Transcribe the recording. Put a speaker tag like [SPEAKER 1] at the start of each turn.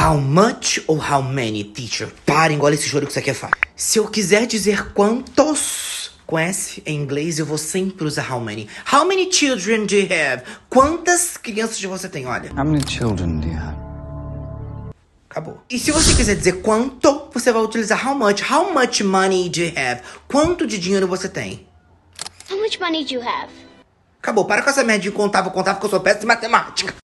[SPEAKER 1] How much ou how many, teacher? Para, engole esse choro que isso aqui é fácil. Se eu quiser dizer quantos com S em inglês, eu vou sempre usar how many. How many children do you have? Quantas crianças você tem? Olha,
[SPEAKER 2] How many children do you have?
[SPEAKER 1] acabou. E se você quiser dizer quanto, você vai utilizar how much. How much money do you have? Quanto de dinheiro você tem?
[SPEAKER 3] How much money do you have?
[SPEAKER 1] Acabou, para com essa merda de contar, vou contar porque eu sou péssima em matemática.